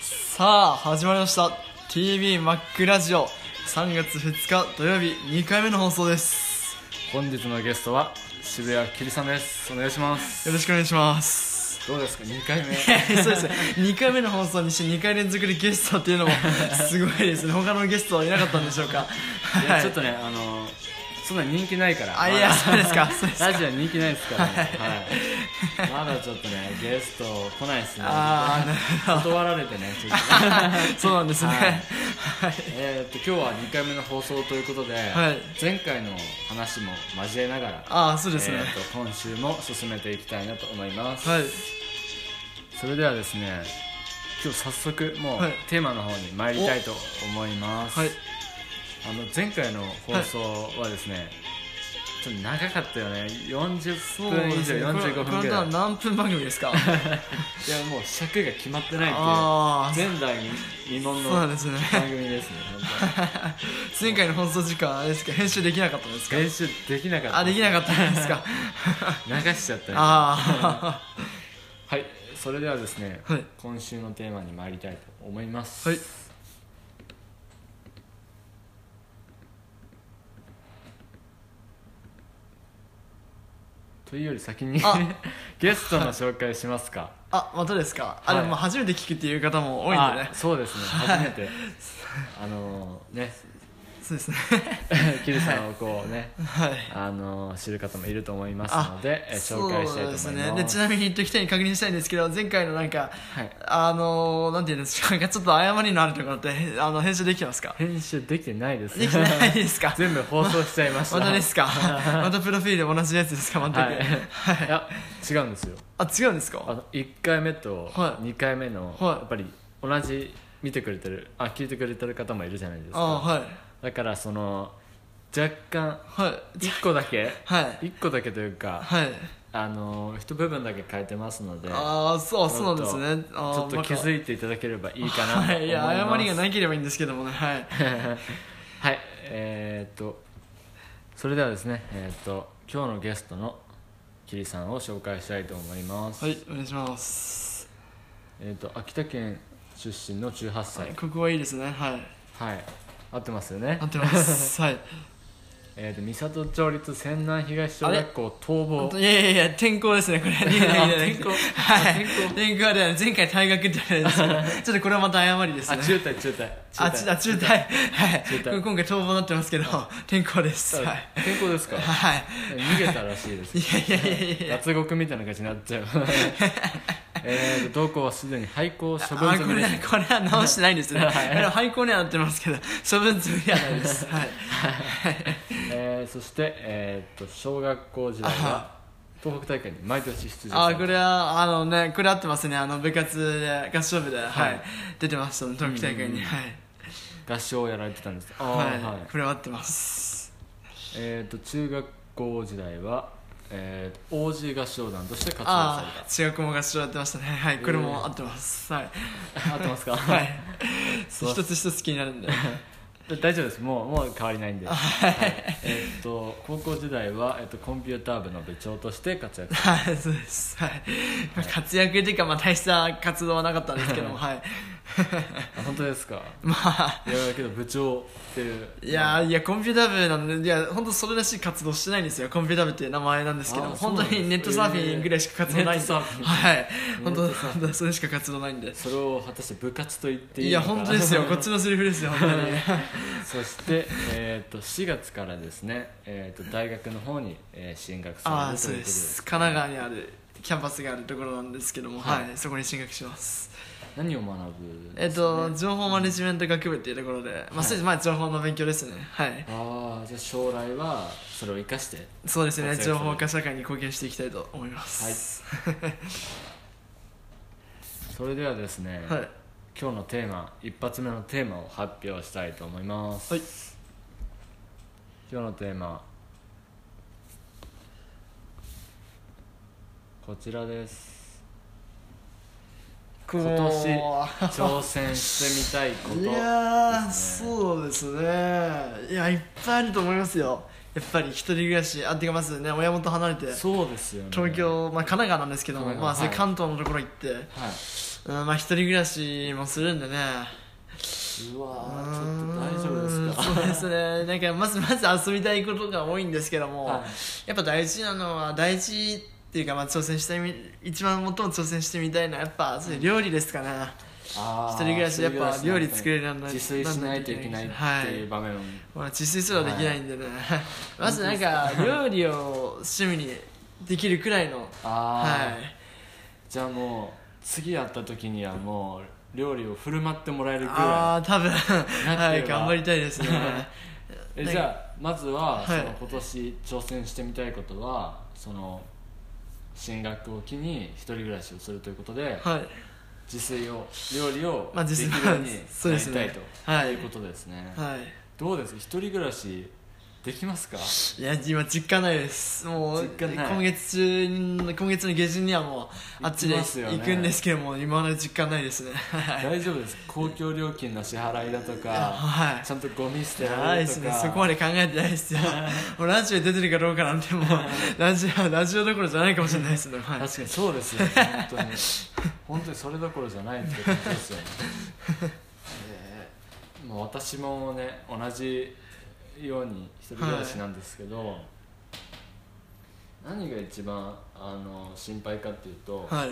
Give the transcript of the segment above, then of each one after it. さあ始まりました TV マックラジオ3月2日土曜日2回目の放送です本日のゲストは渋谷きりさんですお願いしますよろしくお願いしますどうですか2回目 そうですね2回目の放送にして2回連続でゲストっていうのもすごいですね他のゲストはいなかったんでしょうかいはやいちょっとねあのそんな人気ないからあいやそうですかそうですかラジオ人気ないですからね、はいまだちょっとねゲスト来ないですねあーなるほど断られてねちょっとそうなんですねはい、えーっと今日は2回目の放送ということで、はい前回の話も交えながらああそうですね、えーっと今週も進めていきたいなと思います、はいそれではですね今日早速もうはいテーマの方に参りたいと思います、はいあの前回の放送はですね、ちょっと長かったよね40分以上45分こぐれらはいい何分番組です かやもう尺が決まってないっああていう前代未聞そうなんのですね番組で すね本前回の放送時間あれですか編集できなかったんです当かに練習できなかったあできなかったんですか流しちゃったよあはいそれではですね、はい今週のテーマに参りたいと思いますあはいというより先 にあゲストの紹介しますかあまたですかあ、はいでも初めて聞くっていう方も多いんでねあそうですね初 めてあのねそうですね キルさんをこうねはいあの知る方もいると思いますのでえ紹介したいと思いますそうですねでちなみに言っときたいに確認したいんですけど前回のなんかはい、あのー、なんて言うんですかなんかちょっと誤りのあるところってあの編集できてますか編集できてないですできてないですか 全部放送しちゃいましたまたです かまたプロフィール同じやつですか全く、はい、はいいや違うんですよあ違うんですかあの1回目とはい2回目の、はいやっぱり同じ見てくれてるあ聞いてくれてる方もいるじゃないですかあはいだからその若干はい1個 だけはい1個だけというかはいあの一部分だけ変えてますのでちょああそうそうなんですねあーっと気まづいていただければいいかたなと思います、はいいや誤りがなければいいんですけどもねはい はいえー、っとそれではですねえー、っと今日のゲストのキリさんを紹介したいと思います、はいお願いしますえー、っと秋田県出身の18歳ここはいいですねはいはい合ってますよね合ってます はいえー、っと三郷町立泉南東小学校逃ほん亡といやいやいや転校ですね これ転校転校はい転校はね前回退学ってあれですけど ちょっとこれはまた誤りですあね中退中退あちあ中退はい中退今回逃亡になってますけど転校ですはい健康ですかはい逃げたらしいですいやいやいや いや脱獄みたいな感じになっ ちゃうえーと同校はすでに廃校あ処分こ済みれですこれは直してないんですね はいあれは廃校にはなってますけど処分済みはないですはいえーそして、えー、と小学校時代は東北大会に毎年出場あこれはあのねこれ合ってますねあの部活で合唱部で、はいはい出てましたね冬季大会に、はい、合唱をやられてたんですあーはいはいこれは合ってますえー、と中学校時代は、えー、と OG 合唱団として活動さああ中学も合唱やってましたねはいこれも合ってます、はい、れた合ってますか、はい、 そう一つ一つ気になるんで大丈夫ですもうもう変わりないんで、はいえー、と高校時代は、えー、とコンピューター部の部長として活躍はいそうです、はいまあ活躍というか、まあ、大した活動はなかったんですけ どもはいあ本当ですか まあいやだけど部長っていういやーいやコンピューター部なんでいや本当それらしい活動してないんですよコンピューター部っていう名前なんですけどあー本当そうなんですにネットサーフィンぐらいしか活動ないんで、えーネットサーフィンはい本ネ当ットサー本当それしか活動ないんでそれを果たして部活と言っていいいやのか本当 ですよこっちのセリフですよ本当にそして、えー、と4月からですね、えー、と大学の方に、えー進学ああされるとそういうでことですす神奈川にあるキャンパスがあるところなんですけどもははいい、そこに進学します何を学ぶんえでっすかと情報マネジメント学部っていうところでまあはいそれでまあ情報の勉強ですねはいああじゃあ将来はそれを生かしてそうですね活躍する情報化社会に貢献していきたいと思いますそれではですね、はいはい今日のテーマ一発目のテーマを発表したいと思います、はい今日のテーマこちらです今年挑戦してみたいこといやー、ですねそうですねいやいっぱいあると思いますよやっぱり一人暮らしあってかまずね親元離れてそうですよね東京、まあ、神奈川なんですけども、神まあ、奈そ川れ関東のところ行って、はいうんまあ、一人暮らしもするんでねうわうーーんちょっと大丈 夫ですかそうですねなんかまずまず遊びたいことが多いんですけども、はいやっぱ大事なのは大事っていうか、まあ、挑戦してみ一番最も挑戦してみたいのはやっぱそういう料理ですかね、あー一人暮らしやっぱ料理作れるようにな自炊しないといけないっていう場面もまあ、自炊すらできないんでね、まずなんか料理を趣味にできるくらいのはああいじゃあもう次会った時にはもう料理を振る舞ってもらえるぐらああ多分なっはていれば頑張りたいですねいなえんかじゃあまずはそはいの今年挑戦してみたいことはその進学を機に一人暮らしをするということではい自炊を料理をまあでき自る炊ようにそうなでりすたいねとはいいうことですねはいどうです一人暮らしできますかいや今実家ないですもう実家ない今月中に今月の下旬にはもうあっちで行きますよね行くんですけども今まで実家ないですねはい 大丈夫です公共料金の支払いだとかはいちゃんとゴミ捨てらないれでるとすかねそこまで考えてないです よもうラジオに出てるかどうかなんてもうラジオラジオどころじゃないかもしれないですねはい確かにそうですよね本当に本当にそれどころじゃないってことですよね、えーもう私もね同じように一人暮らしなんですけど、何が一番あの心配かっていうと、はい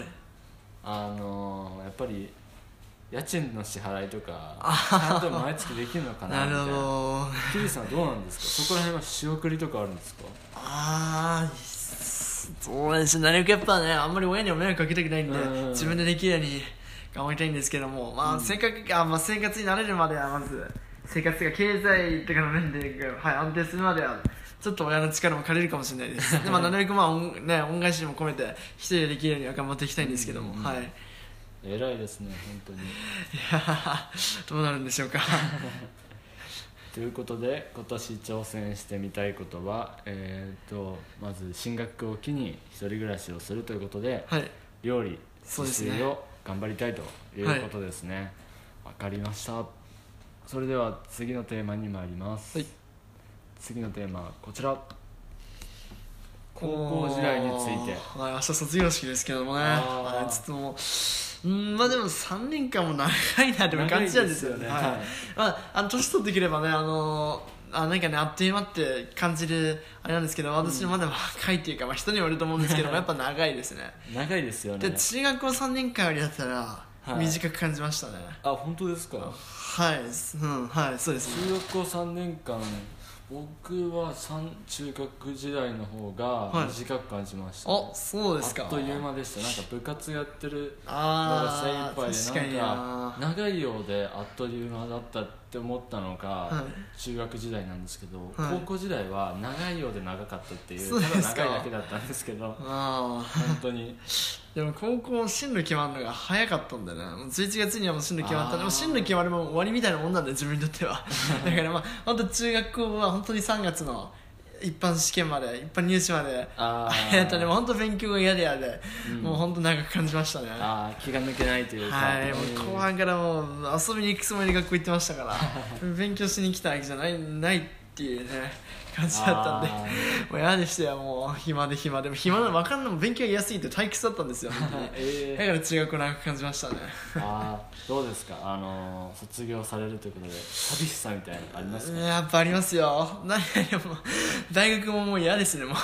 あのやっぱり家賃の支払いとかちゃんと毎月できるのかななみるたいほなどキリさんはどうなんですかそこら辺は仕送りとかあるんですかああそうですねなるべくやっぱねあんまり親には迷惑かけたくないんでうん自分でできるように頑張りたいんですけども、まあせっかくあまあ、生活に慣れるまではまず生活が経済とかの面で、はい、安定するまではちょっと親の力も借りるかもしれないですで、まあ、なるべく、まあ恩ね、恩返しも込めて一人でできるようには頑張っていきたいんですけども、うんはい、い偉いですね本当にや どうなるんでし ょうかということで今年挑戦してみたいことはえー、とまず進学を機に一人暮らしをするということではい料理そう自ですね炊を頑張りたいということですねわ、かりましたそれでは次のテーマに参ります、はい次のテーマはこちら高校時代についてはい明日卒業式ですけどもねあーはいちょっともううんまあでも3年間も長いなって感じなんですよね長いはいまあ、あの年取ってくればねあのあなんかねあっという間って感じるあれなんですけど私まだ若いっていうか、まあ、人にもよると思うんですけどもやっぱ長いですね 長いですよねで中学校3年間よりだったらはい短く感じましたねあ本当ですかはい、うんはいそうですね中学校3年間僕は三中学時代の方はがい短く感じましたね、あそうですかあっという間でしたなんか部活やってるのがああ精一確か杯にでなんかな長いようであっという間だったって思ったのが、は中学時代なんですけど、はい高校時代は長いようで長かったっていうそうですかただ長いだけだったんですけど本ああ当にでも高校進路決まるのが早かったんだよねもう11月にはもう進路決まったあーでも進路決まるも終わりみたいなもんなんだよ自分にとって はだからまあ本当中学校は本当に3月の一般試験まで一般入試まであー あれだったねもう本当勉強が嫌で嫌で、もう本当長く感じましたねはあー気が抜けないというかいもうんう後半からもう遊びに行くつもりで学校行ってました から勉強しに来たわけじゃないないっていうね感じだったんであもう嫌でしたよもう暇で暇でも暇な分かんないもう勉強が嫌すぎて退屈だったんですよ本当にーえーだから中学長く感じましたねあーどうですかあのー卒業されるということで寂しさみたいなのありますかやっぱありますよ何よりも大学ももう嫌ですねもう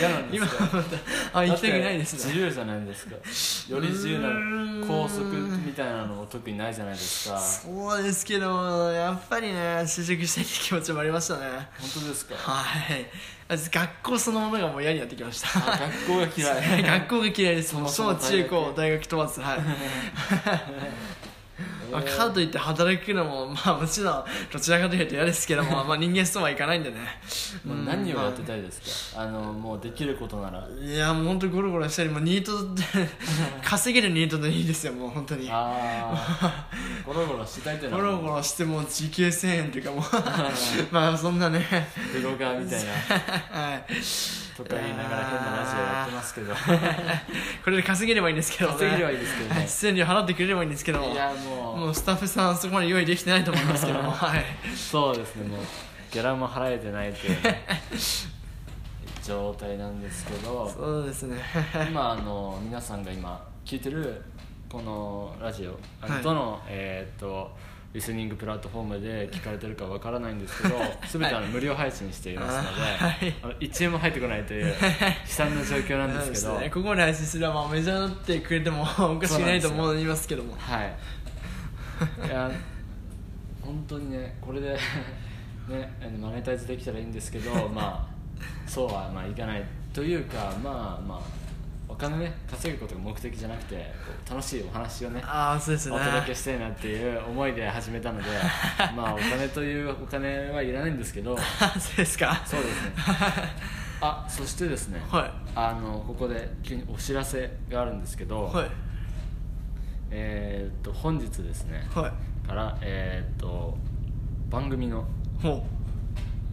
嫌なんで今すかはまたあ行きたくないですね自由じゃないですかより自由うーなん拘束みたいなのも特にないじゃないですかそうですけどやっぱりね就職したいって気持ちもありましたね本当ですかはい学校そのものがもう嫌になってきましたあ学校が 嫌い学校が嫌いですもうそも小そも大中学高大学問わず はいまあ、かといって働くのも、まあ、もちろんどちらかというと嫌ですけども、まあ、人間そうはいかないんでねもう何をやってたいですかあのもうできることならいやもう本当ゴロゴロしたりもうニート で稼げるニートでいいですよもう本当にああゴロゴロしたいというのゴはロゴロしてもう時給1000円というかもうまあそんなね ブロガーみたいなはいとか言いながら変なラジオやってますけどこれで稼げればいいんですけどね稼げればいいですけどはいね出演料払ってくれればいいんですけどもいやもう もうスタッフさんそこまで用意できてないと思いますけどもはいそうですねもうギャラも払えてないという状態なんですけどそうですね 今あの皆さんが今聞いてるこのラジオあのはいどの、えーっとリスニングプラットフォームで聞かれてるかわからないんですけど全てあの無料配信していますので、はいあの1円も入ってこないという悲惨な状況なんですけどそうねここまで配信すればまあメジャーになってくれてもおかしくないと思いますけどもは いいや本当にねこれで ねあのマネタイズできたらいいんですけど まあそうはまあいかないというかまあまあお金ね稼ぐことが目的じゃなくてこう楽しいお話をねああそうですねお届けしたいなっていう思いで始 めたのでまあお金というお金はいらないんですけどあ そうですかそうですねあそしてですね、はいあのここで急にお知らせがあるんですけど、はいえーっと本日ですね、はいから、えーっと番組の、ほ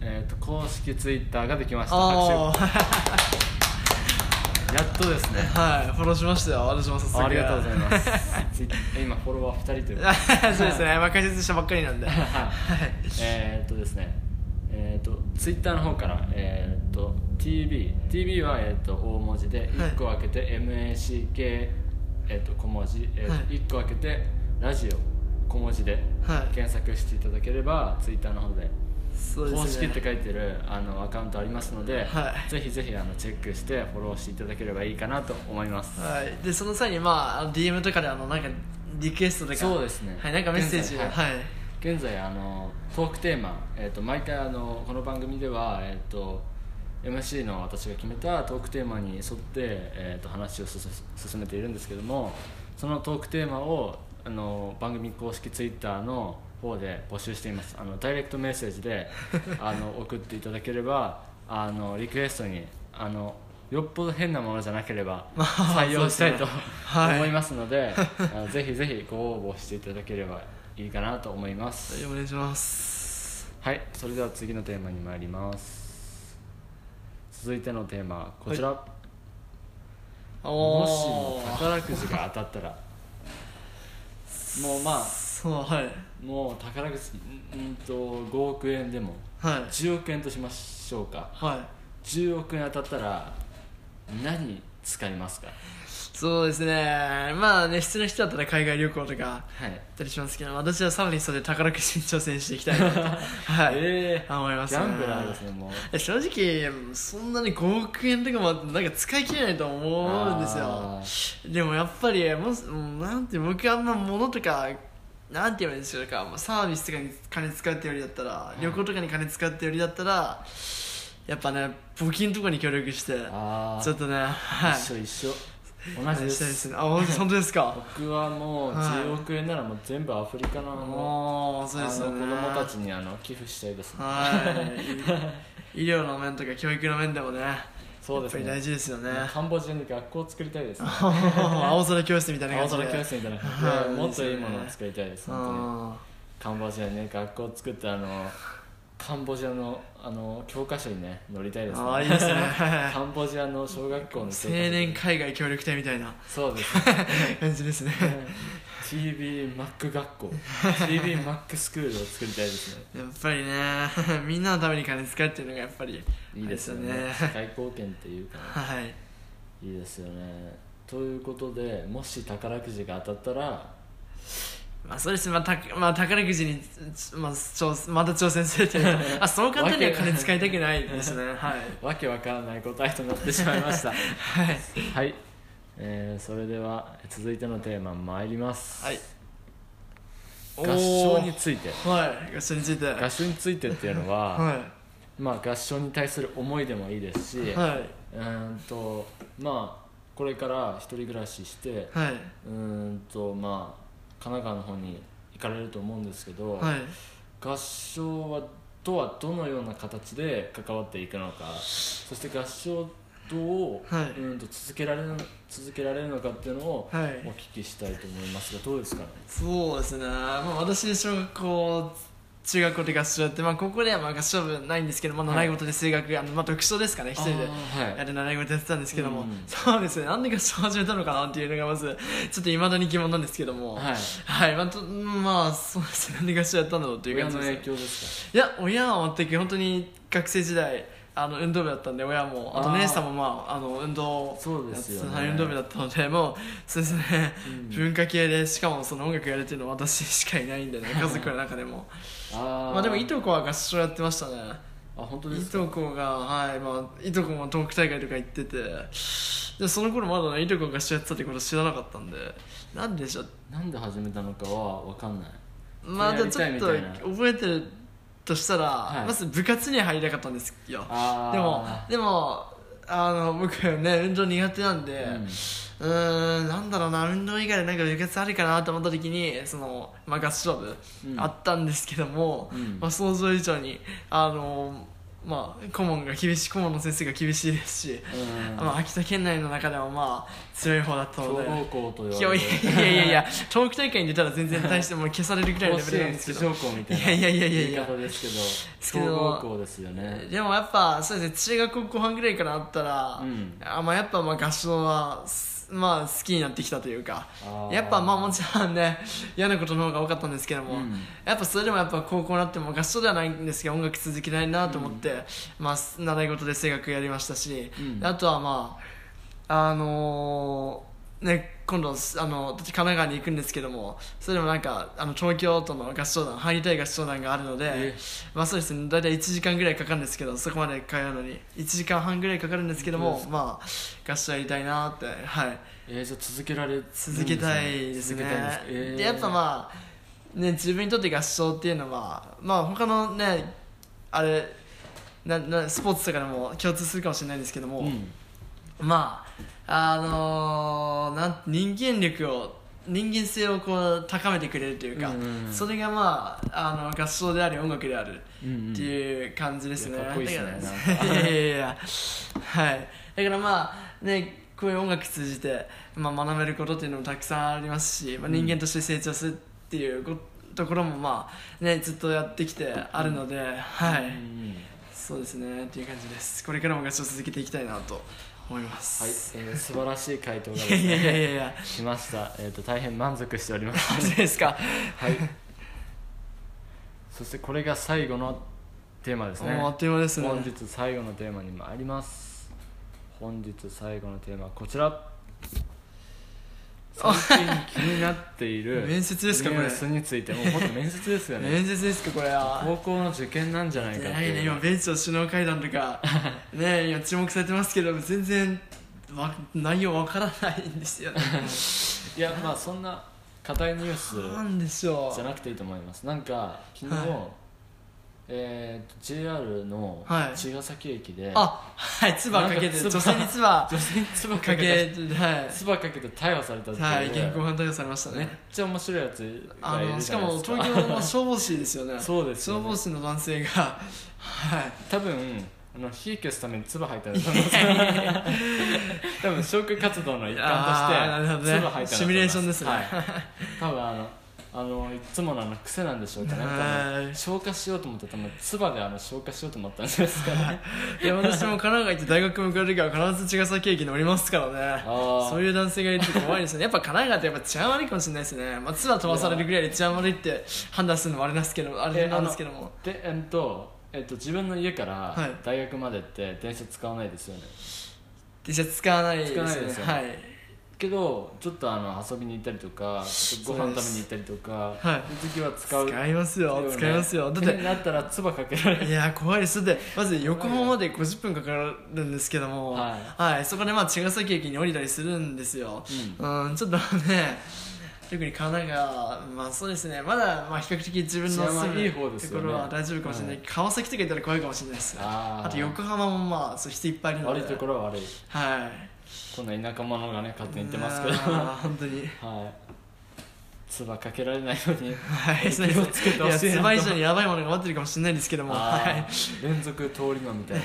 うえーっと公式ツイッターができましたあ拍手やっとですねあはいフォロー しましたよ私も早速ありがとうござ いますすツイッ今フォロワー2人というそうですね今解説したばっかりなんでえーっとですねえーっとツイッターの方から、えーっと TB TB は、えーっと大文字ではい1個開けて、MACK、えーっと小文字、えーっとはい1個開けてラジオ小文字ではい検索していただければ、ツイッターの方でそうですね公式って書いてるあのアカウントありますので、はいぜひぜひあのチェックしてフォローしていただければいいかなと思います、はい、でその際に、まああの、DM とかであのなんかリクエストとかそうですねはい、なんかメッセージ現は在い、は現在あのトークテーマ、えー、と毎回あのこの番組では、えー、と MC の私が決めたトークテーマに沿って、えー、と話を進進めているんですけどもそのトークテーマをあの番組公式ツイッターの方で募集していますあのダイレクトメッセージ であの送っていただければあのリクエストにあのよっぽど変なものじゃなければまあ採用したいと、そうですねはい思いますの であのぜひぜひご応募していただければいいかなと思いまはい、すお願いしますはいそれでは次のテーマに参ります続いてのテーマはこちら、おもーしも宝くじが当たった らもうまあそうはいもう宝くじんんと5億円でもはい10億円としましょうかはい10億円当たったら何使いますかそうですねまあね普通の人だったら海外旅行とかやはいったりしますけど私はさらにそれで宝くじに挑戦していきたいな とはい、ええ思いますギねャンブラーですね もう正直そんなに5億円とかもなんか使い切れないと思うんですあよでもやっぱりもううんなんて僕あんま物とかなんて言えばいいんですかまあサービスとかに金使うってよりだったらい旅行とかに金使うってよりだったらやっぱね募金とかに協力してあーちょっとねはい一緒一緒同じでしたいですすねあ本当です か僕はもうはい10億円ならもう全部アフリカのあのもうそうですよねあの子供たちにあの寄付したいですねはい医療の面とか教育の面でもねそうですねやっぱり大事ですよねカンボジアに学校を作りたいですね 青空教室みたいな感青じで空教室みたいなはいもっといいものを作りたいです本あ当にカンボジアにね学校を作ってあのカンボジアのあの教科書にね載りたいですあーいい ですねカンボジアの小学校の教科書青年海外協力隊みたいなそうです感じですね TB マック学校 TB マックスクールを作りたいですねやっぱりね みんなのために金使うっていうのがやっぱりいいですよあれねです社よね会貢献っていうかねはいいいですよねということでもし宝くじが当たったらまあそうですねまあた、まあ、宝くじに、つまあ、挑また挑戦するっていうあそう簡単には金使いたくないです ねはいわけわからない答えとなってしまいましたはい、はい、えーそれでは続いてのテーマ参ります、はい、合唱についついててはい合唱について合唱についてっていうの は、はまあ合唱に対する思いでもいいですし、いはい、うーんとまあこれから一人暮らししてはいうーんとまあ神奈川の方に行かれると思うんですけど、はい合唱はとはどのような形で関わっていくのかそして合唱どう,、はいうんと続けられる続けられるのかっていうのをおはい聞きしたいと思いますがどうですかねそうですね、まあ、私小学校中学校で合唱やって、まあ、高校ではまあ合唱部ないんですけど、まあ、習い事で数学、あのまあ、読書ですかね一人であーはいやる習い事やってたんですけども、うんそうですねなんで合唱始めたのかなっていうのがまずちょっといまだに疑問なんですけどもはいはいまあとまあそうですねなんで合唱やったんだろうっていう親感じのです影響ですいや親は全く本当に学生時代あの運動部だったんで親もああとー姉さんもまああの運動そうですよねはい運動部だったのでもうそうですね、 うん文化系でしかもその音楽やるっていうのは私しかいないんでね家族の中でもかあーまあでもいとこは合唱やってましたねあ本当でいすかとこがはいまあいとこもトーク大会とか行っててでその頃まだねいとこが合唱やってたってこと知らなかったんでなんでしょうなんで始めたのかは分かんないまあでこもれやりちょたいっみとたいな覚えてるとしたら、いまず部活には入りたかったんですよあーでもでもあの僕ね運動苦手なんでううんーんなんだろうな運動以外でなんか部活あるかなと思った時にその、まあ、合唱部うんあったんですけども、うんまあ、想像以上にあのまあ顧問が厳しい顧問の先生が厳しいですし、うんまあ、秋田県内の中でもまあ強い方だった強ので豪校とい言わやれいてやいやいや、トーク大会に出たら全然大してもう消されるくらいの甲レベル子なん園です出けど場。校みたいないやいやいやいや言い方ですけどけど強豪校ですよねでもやっぱそうですね中学校後半ぐらいからあったら、うんあまあやっぱまあ合唱はすまあ好きになってきたというかあーやっぱまあもちろんね嫌なことの方が多かったんですけども、うんやっぱそれでもやっぱ高校になっても合唱ではないんですけど音楽続けないなと思って、まあ習い事で声楽やりましたし、うんあとはまああのーね今度あの私神奈川に行くんですけどもそれでもなんかあの東京都の合唱団入りたい合唱団があるので、えまあそうですね大体1時間ぐらいかかるんですけどそこまで通うのに1時間半ぐらいかかるんですけど本当もですまあ合唱やりたいなってはいえー、じゃあ続けられるんですね続けたいですね続けたいんですかえーでやっぱまあ、ね、自分にとって合唱っていうのはまあ他のねあれななスポーツとかでも共通するかもしれないんですけども、うんまああのーなん人間力を人間性をこう高めてくれるというか、うんうんうんそれがまああの合唱であり音楽であるうんうんっていう感じですね、いやかっこいいっすねだから いやいやいやはいだからまあねこういう音楽通じて、まあ、学べることっていうのもたくさんありますし、まあ、うん人間として成長するっていうごところもまあねずっとやってきてあるので、はい、うんそうですねっていう感じですこれからも合唱続けていきたいなと思いまはい、えすー、素晴らしい回答がですいやいやねいやい やしました、えー、と大変満足しておりますマジですか はいそしてこれが最後のテーマですねもうあっという間ですね本日最後のテーマに参ります本日最後のテーマはこち ら最近気になっている面接ですかこれニュースについてもうほんと面接ですよね面接ですかこれは高校の受験なんじゃないかって偉いねいう今米朝首脳会談と かね今注目されてますけど全然わ内容わからないんですよねいやまあそんな硬いニュースなんでしょじゃうなくていいと思いますなんか昨日、はえーと JR のはい茅ヶ崎駅で、あはい唾かけてなんか唾女性に唾か女性に唾かけけてては 唾かけて逮捕されたっていはいいう、現行犯逮捕されましためっねちゃ面白いやつあがいのるしじかゃないでもすか東京の消防士ですよねそうですよ消ね防士の男性がはい多分あの火消すために唾吐いたんだと思う 多分消火活動の一あーなる環ほどとしねて唾吐いたんだと思いますシミュレーションですねはい、多分あのあのいつものあの癖なんでしょうかねは多い分消化しようと思って多分唾であの消化しようと思ったんですかねいや私も神奈川行って大学向かう時は必ず茅ヶ崎駅に降りますからねあ ーそういう男性がいると怖いですねやっぱ神奈川ってやっぱ治安悪いかもしれないですねまあ唾飛ばされるぐらいで治安悪いって判断するのもあれなんですけどあれなんですけどもでえっとえっと、自分の家からはい大学までって電車使わないですよね、電車使わないです使わないねですよねはいけどちょっとあの遊びに行ったりとかちょっとご飯食べに行ったりとかはいいう時は使う使いますよね使いますよだっ手にてなったら唾かけら れるいやー怖いですだってまず横浜まで50分かかるんですけどもははいそこでまあ茅ヶ崎駅に降りたりするんですようんちょっとね特に神奈川まあそうですねまだまあ比較的自分の治安は住むいい方ですとよねころは大丈夫かもしれない、は川崎とか行ったら怖いかもしれないですあーあと横浜もまあそう人いっぱいいるので悪いところは悪いはい こんな田舎者がね勝手に言ってますけいどやーは本当にい唾かけられないようにはい、気をつけてほしいいやなと妻以上にやばいものが待ってるかもしれないんです けどもはいあー連続通り魔みたいない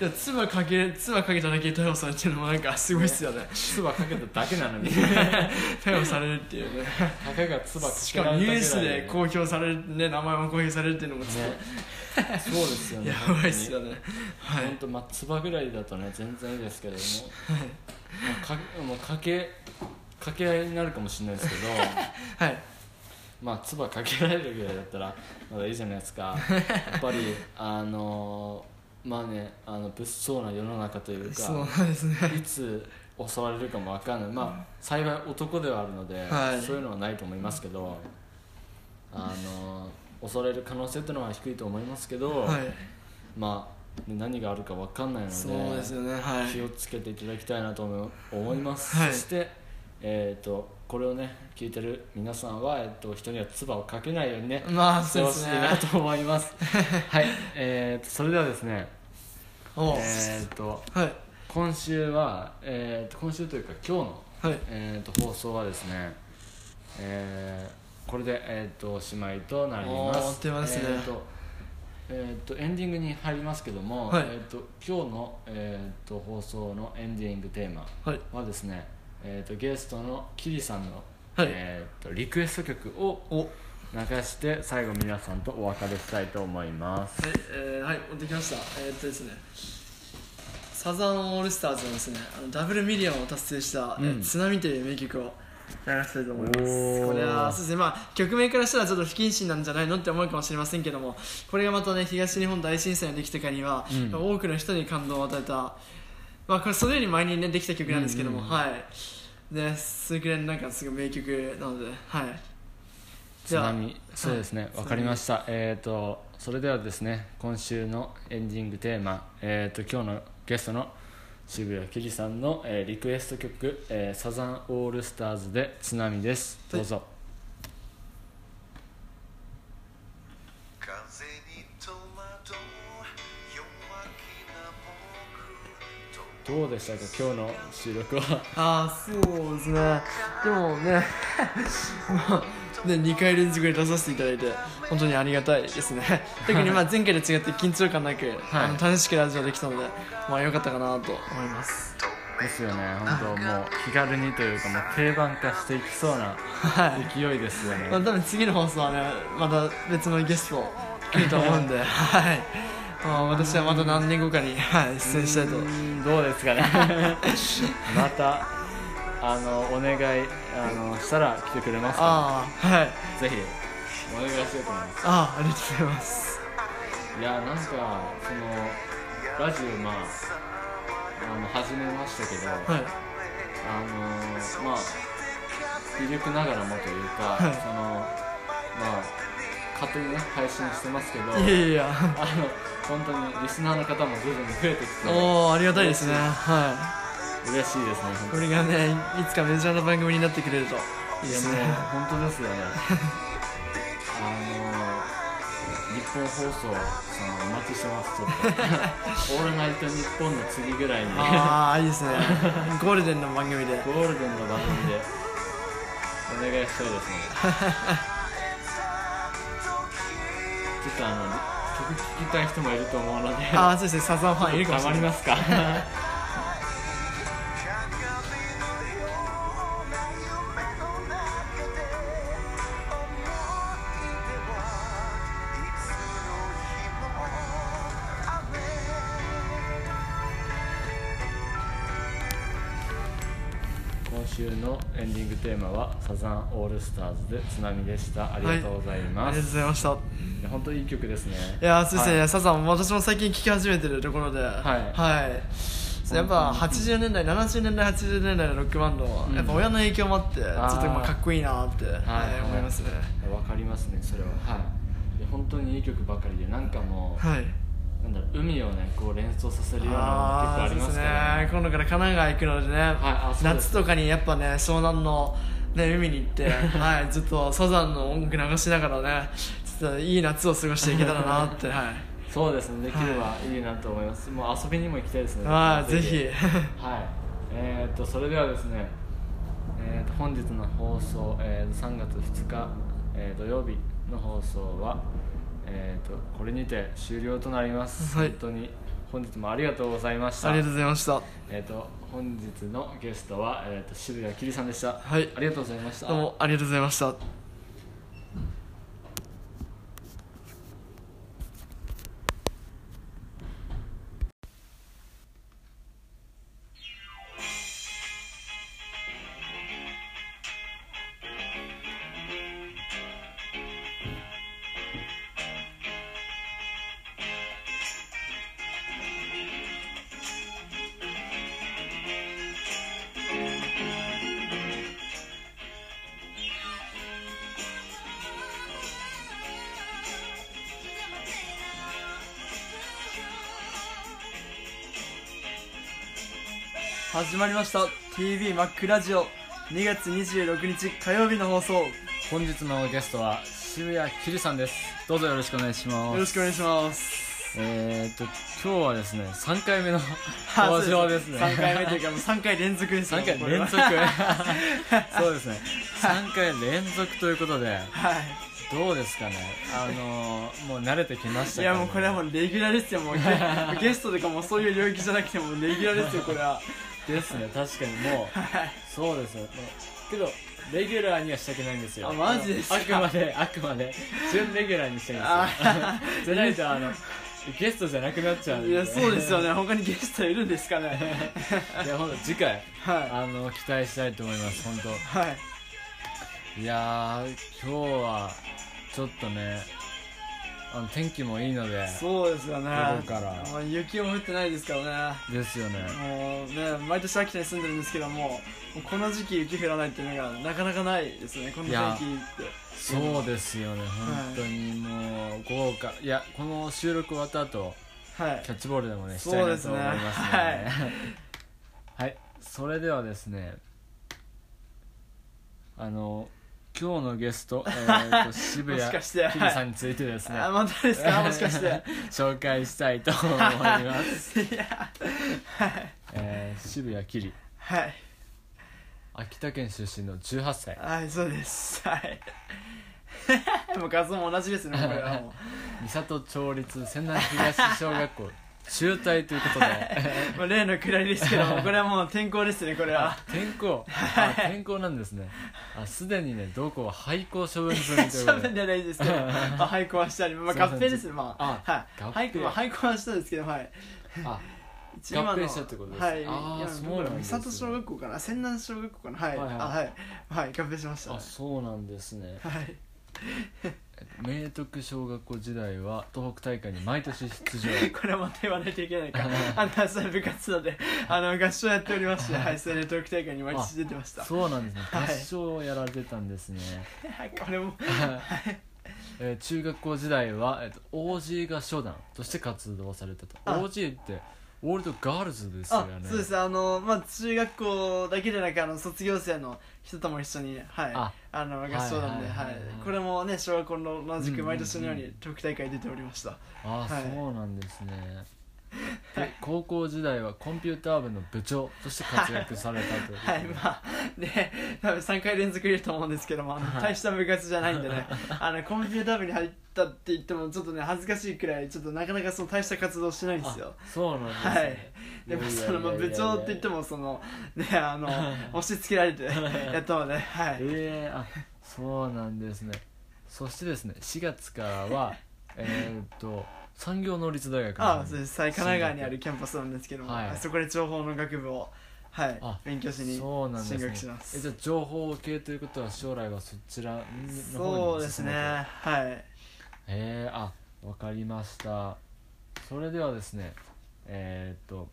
や妻かけ妻かけただけで逮捕されてるのもなんかすごいっすよね唾かけただけなのに逮捕されるっていうねたかが唾かしけからもれニたュだースけで公表されるね名前も公表されるっていうのもちょっねそうですよとねやばいっすよねはい本当まあ唾ぐらいだとね全然いいですけれども、まあ、か もうかけかけ合いになるかもしれないですけどはいまあ唾かけられるぐらいだったらまだいいじゃないで すかやっぱりあのーまあねあの物騒な世の中というそうかなんですねいつ襲われるかもわかんないまあ幸い男ではあるので、はいそういうのはないと思いますけどあのー襲われる可能性というのは低いと思いますけど、はいまあね何があるかわかんないのでそうですよねはい気をつけていただきたいなと思思います、はいそして、えー、とこれをね聞いてる皆さんは、えー、と人には唾をかけないようにねまあしてそうほでしすいねなと思います はい、えー、とそれではですねおうえー、とはい今週は、えー、と今週というか今日の、はいえー、と放送はですね、えーこれで、えー、とおしまいとなりまおーすあっという間ですねえーとえーとエンディングに入りますけども、はいえー、と今日の、えー、と放送のエンディングテーマはいはですね、えー、とゲストのキリさんの、はいえー、とリクエスト曲をお流して最後皆さんとお別れしたいと思いますはい、えーはい、持ってきました。えーっとですね。サザンオールスターズのですね、あのダブルミリオンを達成した、えーうん津波という名曲を流したいと思いまおす。ーこれは、そうですね、まあ、曲名からしたらちょっと不謹慎なんじゃないのって思うかもしれませんけども、これがまたね、東日本大震災のできたかには、うん多くの人に感動を与えた、まあ、これそれより前にね、できた曲なんですけども、うんうんはい。で、それくらいのなんかすごい名曲なので、はい。ちなみにそうですねわかりましたえっ、とそれではですね今週のエンディングテーマえっ、と今日のゲストの渋谷きりさんの、えーリクエスト曲、えーサザンオールスターズで「津波」ですどうぞ、風に戸惑う弱気な僕とどうでしたか今日の収録はああそうですねでもね まあね2回連続で出させていただいて本当にありがたいです ね特にまあ前回と違って緊張感なく、はいあの楽しくラジオできたのでまあ良かったかなと思いますですよね本当もう気軽にというかもう定番化していきそうなはい、勢いですよねまあ、多分次の放送はねまた別のゲスト来ると思 うんではい、まあ、私はまた何年後かに、はい、出演したいとどうですかねまたあのお願いあのしたら来てくれます かああはいぜひお願いしたいと思いますああありがとうございますいやなんかそのラジオまああの始めましたけど、はいあのまあ微力ながらもというか、はいそのまあ勝手にね配信してますけどあいやいやの本当にリスナーの方も徐々に増えてきおおーありがたいですねはいて嬉しいですね本こ当にれがねいつかメジャーな番組になってくれるといいいでやもすねう 本当ですよねあの日本放送さんお待ちしてますちょっとオールナイトニッポンの次ぐらいに ああいいですねゴールデンの番組でゴールデンの番組でお願いしたいですねちょっとあの曲聴きたい人もいると思うのでああそうですねサザンファンいるかもし頑れな張りいますか鏡のような夢の中で思い出はいつの日も雨 今週のエンディングテーマはサザンオールスターズで津波でしたありがとうございあまりがとうごす、ざいましたいや本当にいい曲ですねいやーそうですね、はいサザンも私も最近聴き始めてるところではいそうやっぱ80年代70年代80年代のロックバンドは、うんやっぱ親の影響もあってちょっとーまあかっこいいなーって、はいはい思いますねわかりますねそれははいいや本当にいい曲ばかりでなんかもう、はいなんだろう海をねこう連想させるようなのああ結構ありますからそうですね今度から神奈川行くのでね、あそうです夏とかにやっぱね湘南の、ね、海に行 って、はい、ずっとサザンの音楽流しながらねちょっといい夏を過ごしていけたらなってはい、そうですね、できればいいなと思います。もう 遊びにも行きたいですね。まあ、ぜひはい。えーっと、それではですね、ええーと本日の放送、えーと3月2日、えー土曜日の放送は、えーとこれにて終了となります、はい本当に本日もありがとうございましたありがとうございましたえー、と本日のゲストは、えー、と渋谷きりさんでした、はいありがとうございましたどうもありがとうございました始まりました TV マックラジオ2月26日火曜日の放送よ本日のゲストは渋谷きりさんですどうぞよろしくお願いしますろしくお願いします えー、と今日はですね3回 目のあ登場そうですね3回目というか もう3回連続ですよ3回これ連は続 そうですね3回連続ということではいどうですかねあのーもう慣れてきましたいか、やね、もうこれはもうレギュラーですよもうゲゲストとかもうそういう領域じゃなくてもうレギュラーですよこれはですね確かにも うはいそうですねもうけどレギュラーにはしたくないんですよあマジですかあくまであくまで準レギュラーにしたいんあですよ じゃないとあのゲストじゃなくなっちゃうんいやそうですよねね他にゲストいるんですかね いや本当次回はあの期待したいと思います本当いはいいやー今日はちょっとねあの天気もいいのでそうですよね午後からもう雪も降ってないですからねですよねもうね毎年秋田に住んでるんですけどももうこの時期雪降らないっていうのがなかなかないですねこのいや天気ってそうですよね本当にもう豪華いやこの収録終わった後はいキャッチボールでもねしたいなと思いますねそうですはい、それではですねあの今日のゲスト、えーと渋 もし谷かしてキリさんについてですね、あまたです かもしかしていや紹介したいと思 います、はいえー渋谷キリはい秋田県出身の18歳はいそうですはい もう画像も同じですねこれはも三郷町立仙南東小学校中退ということで、うもう例のくらいですけどもこれはもう天候ですねこれはあ転校あ転校なんですねあすでにね同校は廃校処分済 みというこ喋とんででない ですけど、まあ、俳句はしたり、まあ、すいま合せん併ですね、まああ、はい、俳句は合俳句はしたんですけど、はい。あ一応今の合併したってことですはい、あーいやそうなんですね三郷小学校かな、仙南小学校かな、はい、はいはいあ、はい、はい、合併しました。あそうなんですねはい、明徳小学校時代は東北大会に毎年出 場これはまた言わないといけない か、あの、朝部活動で、あの、合唱やっておりまして、 はい、青年トーク大会に毎日出てました。はそうなんですねはい合唱をやられてたんですね、い、これも、 えー中学校時代は、えっと、OG 合唱団として活動されてたあ OG ってオールドガールズですよあね、そうです、あの、まあ、中学校だけでなく、あの、卒業生の人とも一緒に、はい。ああの合唱団で、はいははいいはいはいこれもね小学校の同じく毎年のよううんうにトーク大会出ておりました、あはいそうなんですねで高校時代はコンピューター部の部長として活躍されたということ で、はいまあで多分3回連続いると思うんですけどもあの大した部活じゃないんで ねあのコンピューター部に入ったって言ってもちょっとね恥ずかしいくらいちょっとなかなかその大した活動しないんですよそうなんですね、はいでもそのまあ部長って言ってももそのねあ の押し付けられてやったので、はい、ええあそうなんですねそしてですね4月から はえーっと産業能率大学の方にあそうですはい神奈川にあるキャンパスなんですけども、はいあそこで情報の学部を、はいあ、勉強しにそうなんですね進学しますえじゃあ情報系ということは将来はそちらの方に進むそうですねへはいえあわかりましたそれではですねえー、っと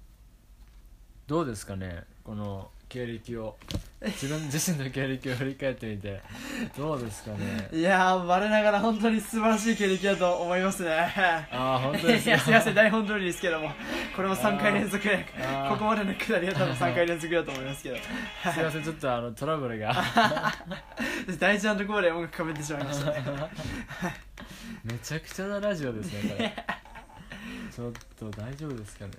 どうですかねこの経歴を自分自身の経歴を振り返ってみてどうですかねいやー我ながら本当に素晴らしい経歴だと思いますねああ本当いやですす かいません台本通りですけどもこれも3回連続であーここまでのくだりは多分3回連続だと思いますけど すいませんちょっとあのトラブルが大事なところで音楽かぶってしまいました ねめちゃくちゃなラジオですねこれちょっと大丈夫ですかね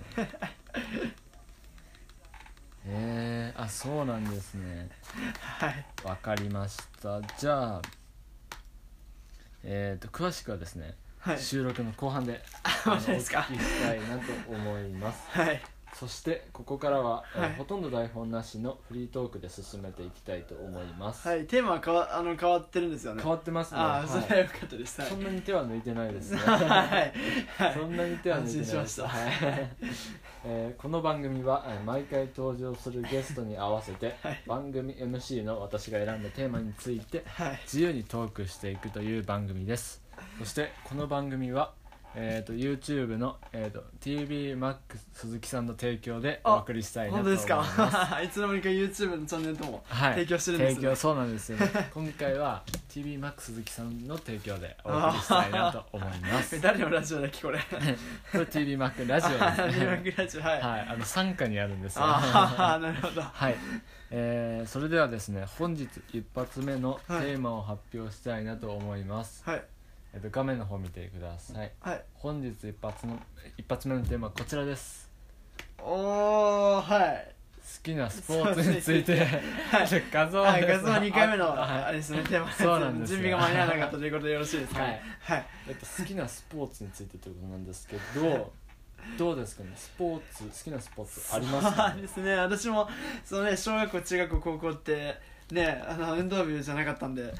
えー、あそうなんですねはいわかりましたじゃあえー、と詳しくはですね、はい収録の後半であマジですかお聞きしたいなと思いますはいそしてここからは、えーはいほとんど台本なしのフリートークで進めていきたいと思います、はいテーマは変わあの変わってるんですよね変わってますねああはいそれはよかったですはいそんなに手は抜いてないですね はいはいそんなに手は抜いてない安心しましたはいえーこの番組はえー毎回登場するゲストに合わせて、はい番組 MC の私が選んだテーマについてはい自由にトークしていくという番組ですそしてこの番組は、えー、と YouTube の、えー、と TVMAX 鈴木さんの提供でおあ送りしたいなと本思当いでますすかいつの間にか YouTube のチャンネルともはい、提供してるんですね提供そうなんですよね今回は TVMAX 鈴木さんの提供でお送りしたいなと思います誰のラジオだっけこれこれ TVMAX ラジオ あですニューヨねークラジオはいはい、あの傘下にあるんですよああ なるほどは はい、えーそれではですね本日一発目のテーマを発表したいなと思います、いえっと、画面の方見てくださいはい本日一発の一発目のテーマはこちらですおーはい好きなスポーツについて、 はい画像はい、です画像2回目のあはいあれですね、テーマそうなんですよ準備が間に合わなかったということでよろしいですか、はいはい、 えっと好きなスポーツについてということなんですけどどうですかねスポーツ好きなスポーツありますか、そうねで、すね私もそのね小学校中学校高校ってねあの運動部じゃなかったんではい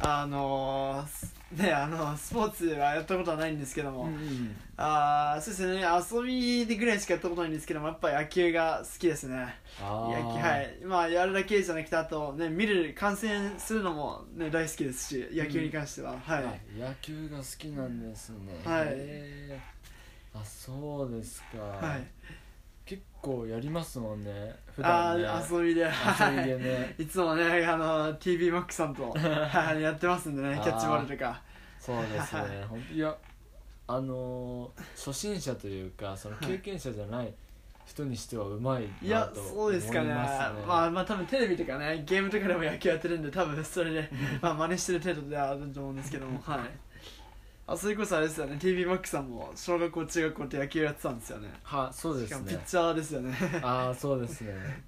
あのーすねあのスポーツはやったことはないんですけども、あーそうですね遊びでぐらいしかやったことないんですけどもやっぱり野球が好きですねあ野ー球はいまあやるだけじゃなくてあとね見る観戦するのもね大好きですし野球に関しては、はい、あ野球が好きなんですねはいへーあそうですか、はい結構やりますもんね普あ段ねあー遊びで遊びでねはい、いつもねあの TV マックさんとはいやってますんで ねキャッチボールとかそうですはねほんといやあのー初心者というかそのはい経験者じゃない人にしてはうまいいなやと思そうでいますすかねねまあまあ多分テレビとかねゲームとかでも野球やってるんで多分それで、 まあ真似してる程度ではあると思うんですけどもはいあそれこそあれですよね TV マックさんも小学校中学校って野球やってたんですよねはそうでしかすもピねッチャーですよねああそうですね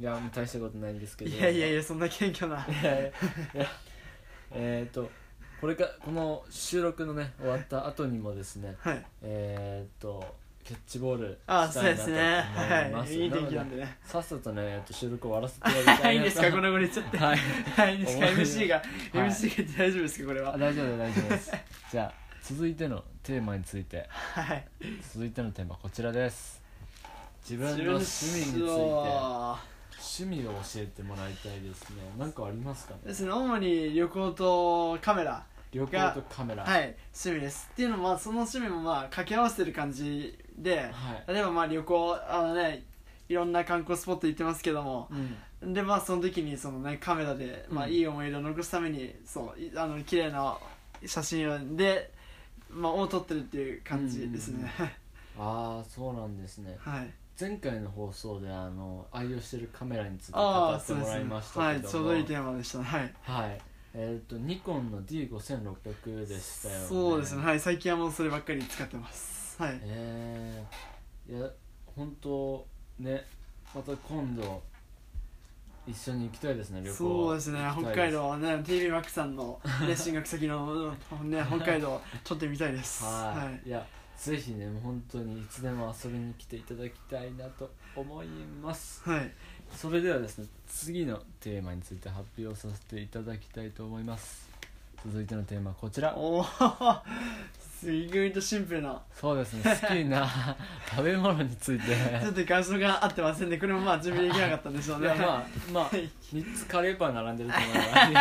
いやもう大したことないんですけ どいやいやいやそんな謙虚 ないやいやえっ、とこれかこの収録のね終わった後にもですねはいえっ、とキャッチボールあしそうたいでなとす思ねいはますいいい天気なんのでねさっさとね、えっと収録終わらせてやりたいなあ いいんですかこの頃言っちゃってはい はい、いいですか思い出 MC が、はい MC が大丈夫ですかこれあは大丈夫大丈夫ですじゃあ続いてのテーマについてはい続いてのテーマはこちらです自分の趣味についてそう趣味を教えてもらいたいですね何かありますかねですね主に旅行とカメラ旅行とカメラはいい、趣味ですっていうのはその趣味もまあ掛け合わせてる感じで、はい例えばまあ旅行あのねいろんな観光スポット行ってますけどもうん、でまあその時にそのねカメラで、まあ、うんいい思い出を残すためにそういあの綺麗な写真で、まあ、を撮ってるっていう感じですうんうんね、ああそうなんですね はい前回の放送であの愛用してるカメラについて語ああってそうでもすらいねましたけどもはいちょうどいいテーマでしたねはいはいえっ、とニコンの D5600 でしたよねそうですねはい最近はもうそればっかり使ってますはいえー、いや本当ねまた今度一緒に行きたいですね旅行そうですね行北きたい海道はね TV マックさんの、ね、進学先の、 ね、北海道撮ってみたいですはい、、はいやぜひねもう本当にいつでも遊びに来ていただきたいなと思いますい、はい、それではですね次のテーマについて発表させていただきたいと思います続いてのテーマはこちらおおすごいとシンプルなそうですね好き な食べ物についてちょっと感想が合ってませんで、これもまあ準備できなかったんでしょういねやまあまあはい3つカレーパン並んでると思 えば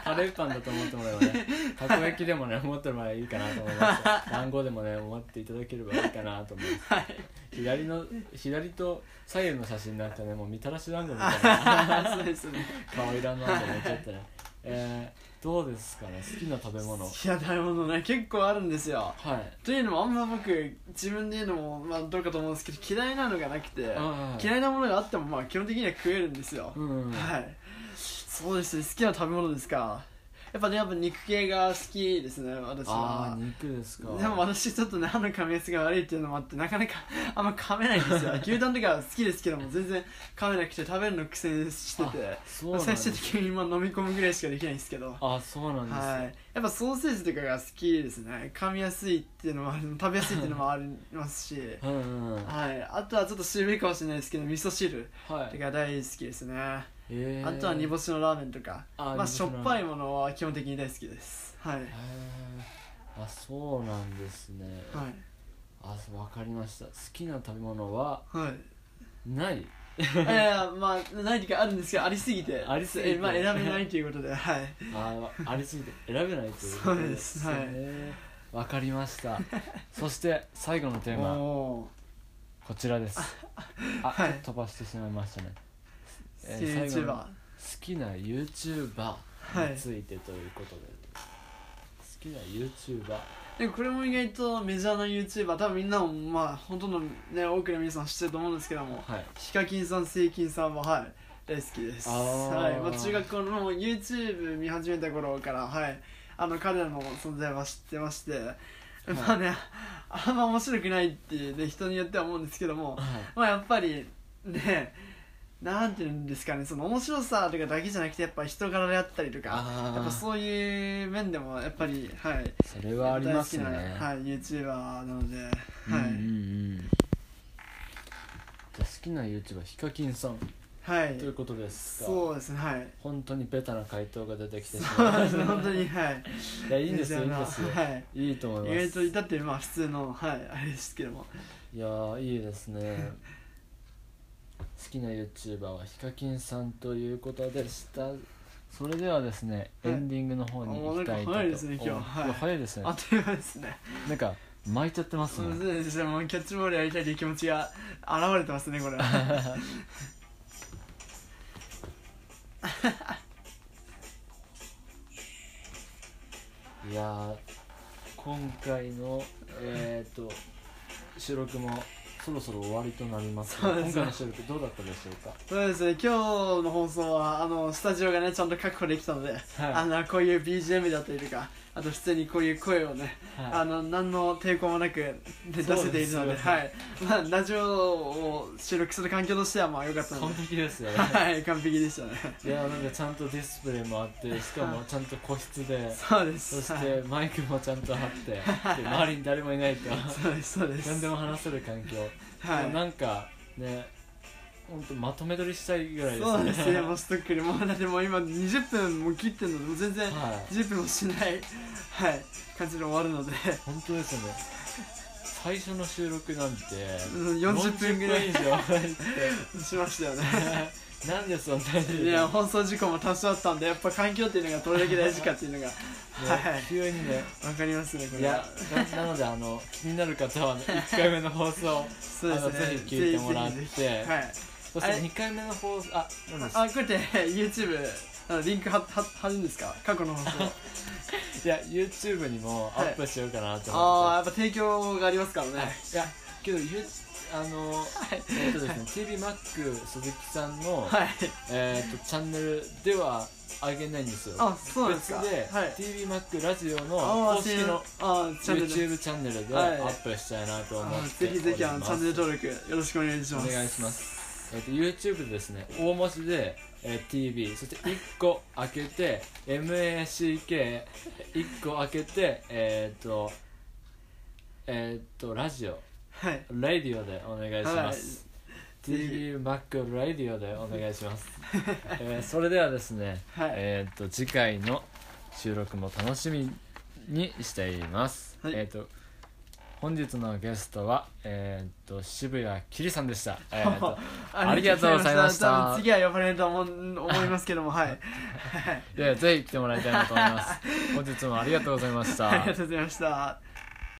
カレーパンだと思ってもらえばねたこ焼きでもね思ってもらえばいいかなと思います団子でもね思っていただければいいかなと思います、左の左と左右の写真なんかねもうみたらし団子みたいなあ そうですね顔いらんなと思っちゃったねえー、どうですかね好きな食べ物はいいや食べ物ね結構あるんですよというのもあんま僕自分で言うのもまあどうかと思うんですけど嫌いなのがなくてああ嫌いなものがあってもまあ基本的には食えるんですよ、うんはいそうですね好きな食べ物ですかやっぱねやっぱ肉系が好きですね私あはあ肉ですかでも私ちょっとね歯の噛みやすが悪いっていうのもあってなかなかあんま噛めないんです よ牛丼とかは好きですけども全然噛めなくて食べるの苦戦しててあそうなんだ最終的に今飲み込むぐらいしかできないんですけどはあそうなんいですよ、やっぱソーセージとかが好きですね噛みやすいっていうのもある食べやすいっていうのもありますしうんうんうんはいあとはちょっと渋いかもしれないですけど味噌汁はが大好きですねえーあとは煮干しのラーメンとかあまあ、煮干ししのょラーメンっぱいものは基本的に大好きですはい、はいへーあそうなんですね、あそうわかりました好きな食べ物ははいないいやいやまあないというかあるんですけどありすぎてありすぎてえまあ、選べないということではい あーありすぎて選べないというこそうとでですすよねわ、かりましたそして最後のテーマおこちらですあ、はい飛ばしてしまいましたねー y え o ー u 最 t 後 u の b 好きな YouTuber はいについてということで、好きな YouTuber でもこれも意外とメジャーな YouTuber 多分みんなもまあほとんどね多くの皆さん知ってると思うんですけどもはいヒカキンさんセイキンさんもはい大好きですあーはいまあ、中学校のもう YouTube 見始めた頃からはいあの彼らの存在は知ってまして、まあねあんま面白くないっていうね人によっては思うんですけどもはいまあやっぱりねなんていうんですかねその面白さとかだけじゃなくてやっぱ人柄であったりとかあーやっぱそういう面でもやっぱりはいそれはありますね大好きな、はい、YouTuber なので、はいうんうんうんじゃあ好きな YouTuber ヒカキンさんはいということですかそうですねはい本当にベタな回答が出てきてしそうまでいすね本当にはいいやいいんですよいいんメジャーなですよ、はいい、いと思い意ま外すとだってまあ普通のはいあれですけどもいやーいいですね好きな YouTuber はヒカキンさんということでしたそれではですね、はいエンディングの方に行きたいとおなんか早いですね今日おはい早いですねあっという間ですねなんか巻いちゃってますそうねですねもうキャッチボールやりたいという気持ちが現れてますねこれはいやー今回のえっ、と収録もそろそろ終わりとなりますがそうですね今回の収録どうだったでしょうかそうですね今日の放送はあのスタジオがねちゃんと確保できたので、あのこういう BGM だったりとかあと普通にこういう声をね、はいあの何の抵抗もなく、ね、出そうせているのでですよはいまあ、ラジオを収録する環境としてはまあ良かったの完で璧ですよねはい完璧でしたねいやーなんかちゃんとディスプレイもあってしかもちゃんと個室でそうでそすしはていマイクもちゃんとあってで周りに誰もいないとそうですそうです何でも話せる環境、はいもうなんかね本当まとめ撮りしたいぐらいですねそうですね、もうストックでもうだってもう今20分も切ってんのでもう全然はい10分もしない、はい、感じで終わるので本当ですよね最初の収録なんてん40分ぐらい40分以しましたよね上なんでそんなにいや放送事故も多少あったんでやっぱ環境っていうのがどれだけ大事かっていうのがはね急にねいわかりますねこれいやななのであの気になる方はね1回目の放送そうですねあのぜひ聞いてもらってぜひぜひはいそして2回目の放送あなんですあこうやって YouTube あのリンク貼貼貼るんですか過去の放 送いや YouTube にもアップしようかなとああ思やっっぱ提供がありますからねてて、い、やけどゆあのえっとですね TV マック鈴木さんの、はいえっとチャンネルではあげないんですよあそうなんですか別で、はい TV マックラジオのあー公式のあーチャンネル YouTube チャンネルでははいアップしたいなと思あっーぜておひりますぜひあのチャンネル登録よろしくお願いしますお願いします、えっと YouTube でですね大文字で、えー TV そして1個開けて MACK1 個開けてえっとえっとラジオはいラディオでお願いします、TV マックラディオでお願いします、 えーそれではですね、はいえっと次回の収録も楽しみにしています、はいえっと本日のゲストは、えっと渋谷きりさんでした、えっ とありがとうございました多分次は呼ばれると思う思いますけども、はい。はいいやぜひ来てもらいたいなと思います 本日もありがとうございました ありがとうございました。